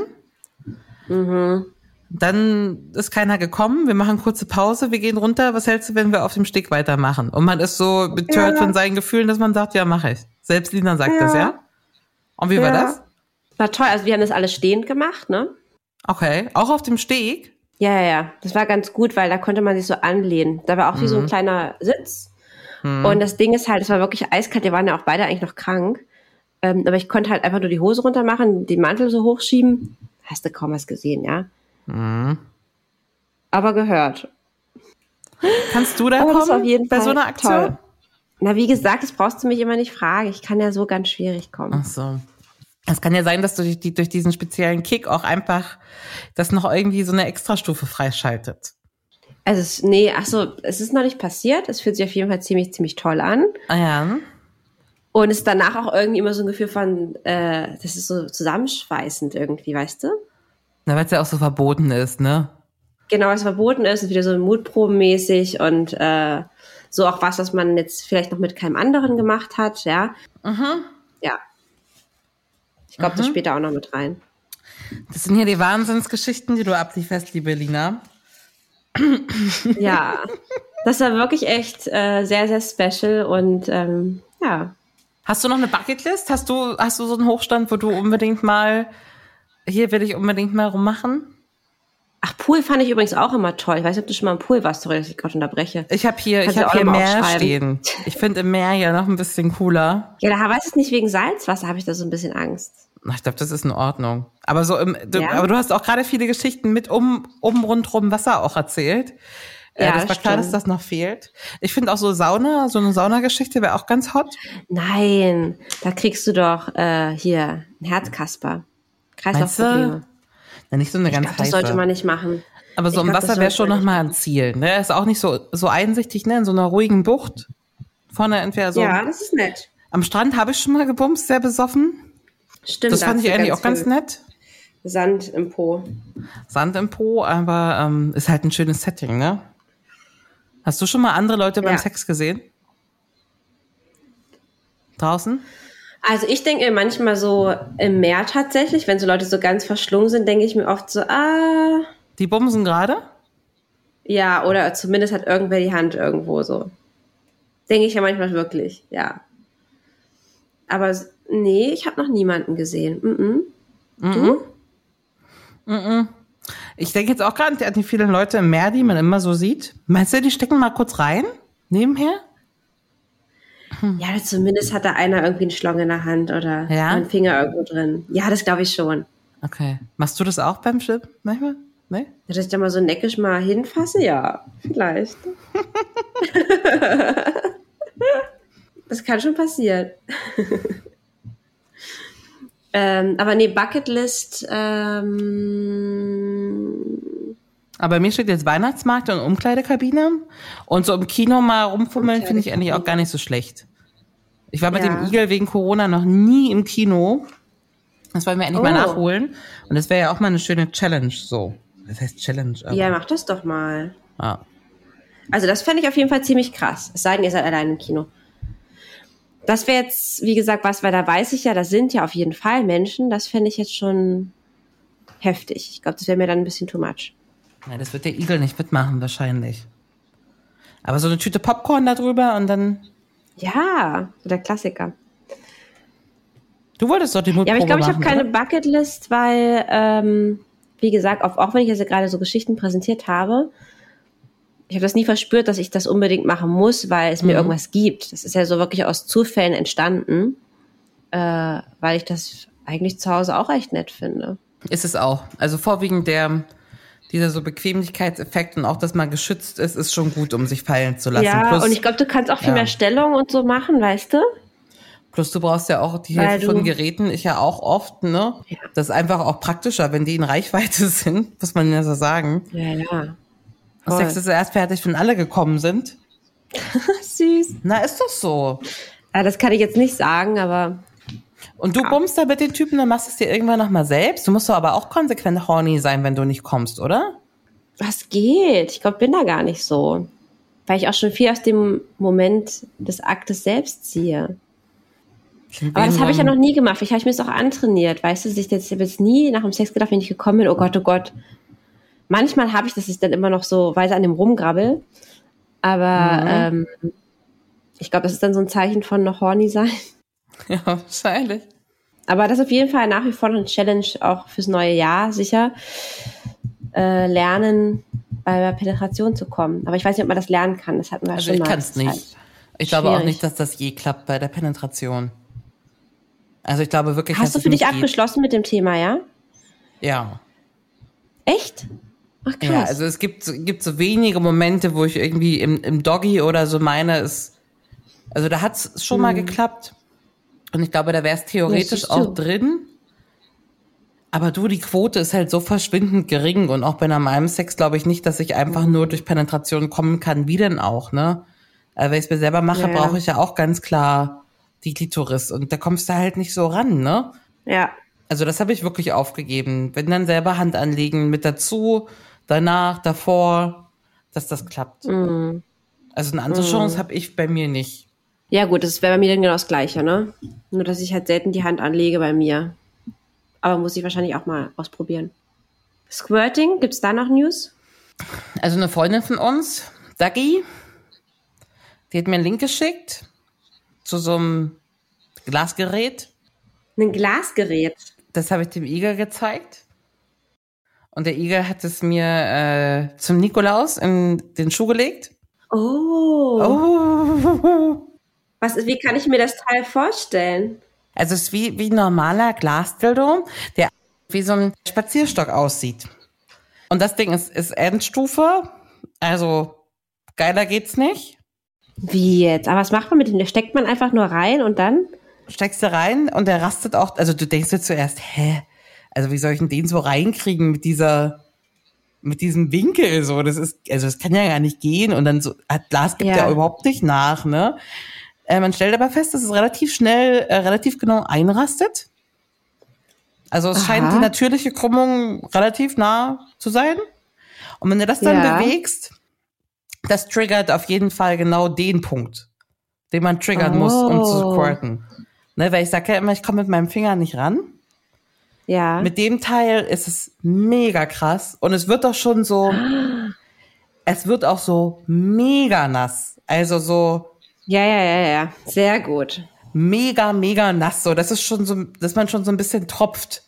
Mhm. Dann ist keiner gekommen, wir machen kurze Pause, wir gehen runter. Was hältst du, wenn wir auf dem Steg weitermachen? Und man ist so betört von seinen Gefühlen, dass man sagt, ja, mache ich. Selbst Lina sagt das, ja? Und wie war Ja. das? War toll. Also wir haben das alles stehend gemacht, ne? Okay. Auch auf dem Steg? Ja, ja, ja. Das war ganz gut, weil da konnte man sich so anlehnen. Da war auch wie so Mhm. ein kleiner Sitz. Und das Ding ist halt, es war wirklich eiskalt. Wir waren ja auch beide eigentlich noch krank. Ähm, aber ich konnte halt einfach nur die Hose runter machen, den Mantel so hochschieben. Hast du kaum was gesehen, ja? Mhm. Aber gehört. Kannst du da Aber das kommen? ist auf jeden Äh, bei Fall so einer Aktion? toll. Na, wie gesagt, das brauchst du mich immer nicht fragen. Ich kann ja so ganz schwierig kommen. Ach so. Es kann ja sein, dass durch, die, durch diesen speziellen Kick auch einfach das noch irgendwie so eine Extrastufe freischaltet. Also, es, nee, ach so, es ist noch nicht passiert. Es fühlt sich auf jeden Fall ziemlich, ziemlich toll an. Ah ja. Und es ist danach auch irgendwie immer so ein Gefühl von, äh, das ist so zusammenschweißend irgendwie, weißt du? Na, weil es ja auch so verboten ist, ne? Genau, was verboten ist, ist wieder so mutprobenmäßig und äh, so auch was, was man jetzt vielleicht noch mit keinem anderen gemacht hat, ja. Mhm. Ja. Ich glaube, das spielt da auch noch mit rein. Das sind hier die Wahnsinnsgeschichten, die du ablieferst, liebe Lina. Ja. das war wirklich echt äh, sehr, sehr special und ähm, ja. Hast du noch eine Bucketlist? Hast du, hast du so einen Hochstand, wo du unbedingt mal, hier will ich unbedingt mal rummachen? Ach, Pool fand ich übrigens auch immer toll. Ich weiß nicht, ob du schon mal im Pool warst, sorry, dass ich gerade unterbreche. Ich habe hier, ich Kannst du hab auch hier noch mal Meer stehen. aufschreiben. Ich finde im Meer ja noch ein bisschen cooler. Ja, da weiß ich nicht, wegen Salzwasser habe ich da so ein bisschen Angst. Na, Ich glaube, das ist in Ordnung. Aber so im, du, Ja. aber du hast auch gerade viele Geschichten mit um, um rundrum Wasser auch erzählt. Ja, äh, Ja, das war das klar, dass stimmt. das noch fehlt. Ich finde auch so Sauna, so eine Saunageschichte wäre auch ganz hot. Nein, da kriegst du doch äh, hier ein Herzkasper. Kreislaufprobleme. Na, nicht so eine ganz Ach, das heiße. sollte man nicht machen. Aber so Ich im glaub, Wasser das wäre sollte schon man nicht nochmal ein Ziel. Ne? Ist auch nicht so, so einsichtig, ne? In so einer ruhigen Bucht. Vorne entweder so. Ja, das ist nett. Am Strand habe ich schon mal gebumst, sehr besoffen. Stimmt. Das da fand hast ich du eigentlich auch ganz viel nett. Sand im Po. Sand im Po, aber ähm, ist halt ein schönes Setting, ne? Hast du schon mal andere Leute beim Ja. Sex gesehen? Draußen? Also ich denke mir manchmal so im Meer tatsächlich, wenn so Leute so ganz verschlungen sind, denke ich mir oft so, ah, Die bumsen gerade? ja, oder zumindest hat irgendwer die Hand irgendwo so. Denke ich ja manchmal wirklich, ja. Aber s- nee, ich habe noch niemanden gesehen. Mhm. Ich denke jetzt auch gerade an die vielen Leute im Meer, die man immer so sieht. Meinst du, die stecken mal kurz rein? Nebenher? Ja, oder zumindest hat da einer irgendwie einen Schlong in der Hand oder Ja? einen Finger irgendwo drin. Ja, das glaube ich schon. Okay. Machst du das auch beim Chip manchmal? Nee? Dass ich da mal so neckisch mal hinfasse, ja, vielleicht. das kann schon passieren. ähm, aber nee, Bucketlist, ähm, Aber bei mir steht jetzt Weihnachtsmarkt und Umkleidekabine. Und so im Kino mal rumfummeln finde ich eigentlich auch gar nicht so schlecht. Ich war mit Ja. dem Igel wegen Corona noch nie im Kino. Das wollen wir endlich mal Oh. nachholen. Und das wäre ja auch mal eine schöne Challenge so. Das heißt Challenge. Aber, ja, mach das doch mal. Ah. Also das fände ich auf jeden Fall ziemlich krass. Es sei denn, ihr seid allein im Kino. Das wäre jetzt, wie gesagt, was, weil da weiß ich ja, da sind ja auf jeden Fall Menschen. Das fände ich jetzt schon heftig. Ich glaube, das wäre mir dann ein bisschen too much. Ja, das wird der Igel nicht mitmachen wahrscheinlich. Aber so eine Tüte Popcorn da drüber und dann... Ja, so der Klassiker. Du wolltest doch die Mutprobe Ja, aber ich glaube, ich habe machen, keine oder? Bucketlist, weil, ähm, wie gesagt, auch, auch wenn ich jetzt hier gerade so Geschichten präsentiert habe, ich habe das nie verspürt, dass ich das unbedingt machen muss, weil es mir Mhm. irgendwas gibt. Das ist ja so wirklich aus Zufällen entstanden, äh, weil ich das eigentlich zu Hause auch echt nett finde. Ist es auch. Also vorwiegend der... Dieser so Bequemlichkeitseffekt und auch, dass man geschützt ist, ist schon gut, um sich fallen zu lassen. Ja, Plus- und ich glaube, du kannst auch viel ja. mehr Stellung und so machen, weißt du? Plus du brauchst ja auch die Weil Hilfe du- von Geräten, ich ja auch oft, ne? Das ist einfach auch praktischer, wenn die in Reichweite sind, muss man ja so sagen. Ja, ja. Voll. Sex ist erst fertig, wenn alle gekommen sind. Süß. Na, ist doch so. Ja, das kann ich jetzt nicht sagen, aber Und du bummst da mit den Typen, dann machst du es dir irgendwann nochmal selbst. Du musst doch aber auch konsequent horny sein, wenn du nicht kommst, oder? Was geht? Ich glaube, bin da gar nicht so. Weil ich auch schon viel aus dem Moment des Aktes selbst ziehe. Aber das habe ich ja noch nie gemacht. Vielleicht habe ich mir das auch antrainiert. Weißt du, dass ich jetzt, ich habe jetzt nie nach dem Sex gedacht, wenn ich gekommen bin, oh Gott, oh Gott. Manchmal habe ich das, dass ich dann immer noch so weise an dem rumgrabbel. Aber ähm, ich glaube, das ist dann so ein Zeichen von noch horny sein. Ja, wahrscheinlich. Aber das ist auf jeden Fall nach wie vor eine Challenge auch fürs neue Jahr sicher. Äh, lernen, bei der Penetration zu kommen. Aber ich weiß nicht, ob man das lernen kann. Das hatten wir Also schon ich mal. kann es Das ist nicht. halt ich glaube auch schwierig. nicht, dass das je klappt bei der Penetration. Also ich glaube wirklich, dass Hast du es für dich nicht geht. abgeschlossen mit dem Thema, ja? Ja. Echt? Ach krass. Ja, also es gibt, gibt so wenige Momente, wo ich irgendwie im, im Doggy oder so meine, es, also da hat's schon mal geklappt. Und ich glaube, da wäre es theoretisch Mhm. siehst auch du. drin. Aber du, die Quote ist halt so verschwindend gering. Und auch bei normalem Sex glaube ich nicht, dass ich einfach nur durch Penetration kommen kann. Wie denn auch, ne? Äh, wenn ich es mir selber mache, Ja, ja. brauche ich ja auch ganz klar die Klitoris. Und da kommst du halt nicht so ran, ne? ja. Also das habe ich wirklich aufgegeben. Wenn dann selber Hand anlegen mit dazu, danach, davor, dass das klappt. Also eine andere Chance habe ich bei mir nicht. Ja, gut, das wäre bei mir dann genau das Gleiche, ne? Nur, dass ich halt selten die Hand anlege bei mir. Aber muss ich wahrscheinlich auch mal ausprobieren. Squirting, gibt's da noch News? Also eine Freundin von uns, Dagi, die hat mir einen Link geschickt zu so einem Glasgerät. Ein Glasgerät. Das habe ich dem Igel gezeigt. Und der Igel hat es mir äh, zum Nikolaus in den Schuh gelegt. Oh. Oh. Was ist, wie kann ich mir das Teil vorstellen? Also es ist wie, wie ein normaler Glasdildo, der wie so ein Spazierstock aussieht. Und das Ding ist, ist Endstufe. Also geiler geht's nicht. Wie jetzt? Aber was macht man mit dem? Steckt man einfach nur rein und dann? Steckst du rein und der rastet auch. Also du denkst dir zuerst, hä? Also wie soll ich denn den so reinkriegen mit dieser, mit diesem Winkel so? Das ist, also das kann ja gar nicht gehen. Und dann so, hat Glas gibt ja. Ja. überhaupt nicht nach, ne? Äh, man stellt aber fest, dass es relativ schnell, äh, relativ genau einrastet. Also es scheint die natürliche Krümmung relativ nah zu sein. Und wenn du das dann Ja. bewegst, das triggert auf jeden Fall genau den Punkt, den man triggern muss, um zu Oh. squirten. Ne, weil ich sage ja immer, ich komme mit meinem Finger nicht ran. Ja. Mit dem Teil ist es mega krass und es wird doch schon so, es wird auch so mega nass. Also so ja, ja, ja, ja. Sehr gut. mega, mega nass. So, das ist schon so, dass man schon so ein bisschen tropft.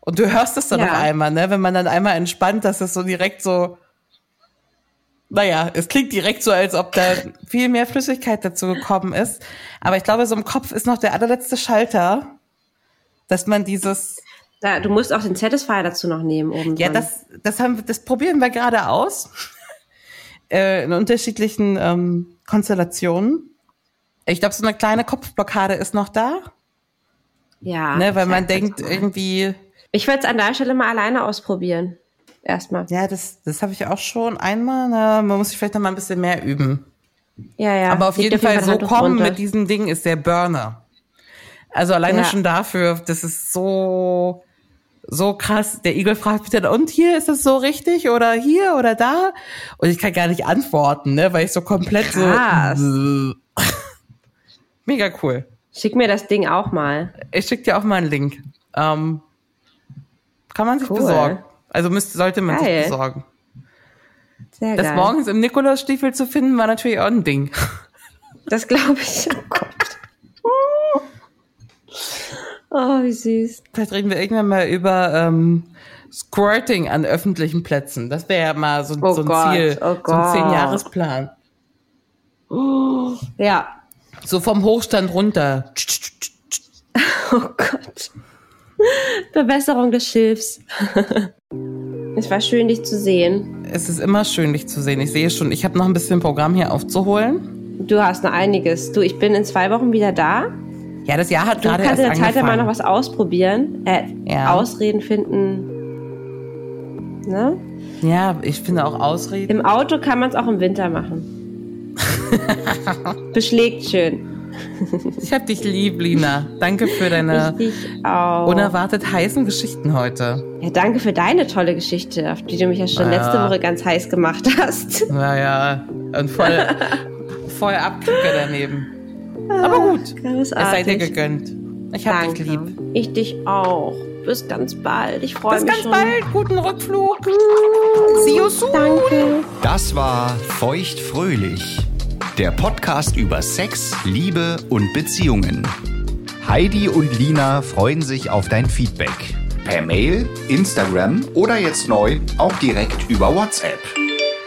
Und du hörst es dann Ja. auf einmal, ne? Wenn man dann einmal entspannt, dass es so direkt so, naja, es klingt direkt so, als ob da viel mehr Flüssigkeit dazu gekommen ist. Aber ich glaube, so im Kopf ist noch der allerletzte Schalter, dass man dieses, Da, du musst auch den Satisfier dazu noch nehmen oben. ja, das, das haben, wir- das probieren wir gerade aus. äh, in unterschiedlichen ähm, Konstellationen. Ich glaube, so eine kleine Kopfblockade ist noch da, Ja. ne, weil ich man sag das denkt mal. irgendwie, Ich werde es an der Stelle mal alleine ausprobieren. Erstmal. ja, das, das habe ich auch schon einmal. Na, man muss sich vielleicht noch mal ein bisschen mehr üben. Ja, ja. Aber auf Liegt jeden Fall, so Handtuch kommen drunter. mit diesem Ding ist der Burner. Also alleine Ja. schon dafür, das ist so, so krass. Der Igel fragt mich dann, und hier ist das so richtig oder hier oder da? Und ich kann gar nicht antworten, ne, weil ich so komplett Krass. so. Mega cool. Schick mir das Ding auch mal. Ich schicke dir auch mal einen Link. Ähm, kann man sich Cool. besorgen. Also müsste, sollte man Geil. sich besorgen. Sehr Das geil. morgens im Nikolausstiefel zu finden, war natürlich auch ein Ding. Das glaube ich. Oh Gott. Oh, wie süß. Vielleicht reden wir irgendwann mal über ähm, Squirting an öffentlichen Plätzen. Das wäre ja mal so, Oh so ein Gott, Ziel, oh so ein Gott. Zehn-Jahres-Plan. Ja. So vom Hochstand runter. Oh Gott. Bewässerung des Schilfs. es war schön, dich zu sehen. Es ist immer schön, dich zu sehen. Ich sehe schon, ich habe noch ein bisschen Programm hier aufzuholen. Du hast noch einiges. Du, ich bin in zwei Wochen wieder da. Ja, das Jahr hat Du gerade kannst erst in der Zeit ja angefangen. mal noch was ausprobieren. Äh, Ja. Ausreden finden. Ne? ja, ich finde auch Ausreden. Im Auto kann man es auch im Winter machen. Beschlägt schön. Ich habe dich lieb, Lina. Danke für deine Richtig auch. unerwartet heißen Geschichten heute. Ja, danke für deine tolle Geschichte, auf die du mich ja schon letzte Woche ganz heiß gemacht hast. Naja, und voll, voll Abkicker daneben. Aber gut, es sei dir Großartig. gegönnt. Ich habe dich Ah, Danke. lieb. Ich dich auch. Bis ganz bald. Ich freue mich Bis ganz schon. bald. Guten Rückflug. See you soon. Danke. Das war Feuchtfröhlich, der Podcast über Sex, Liebe und Beziehungen. Heidi und Lina freuen sich auf dein Feedback. Per Mail, Instagram oder jetzt neu auch direkt über WhatsApp.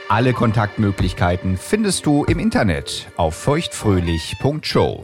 Alle Kontaktmöglichkeiten findest du im Internet auf feuchtfröhlich.show.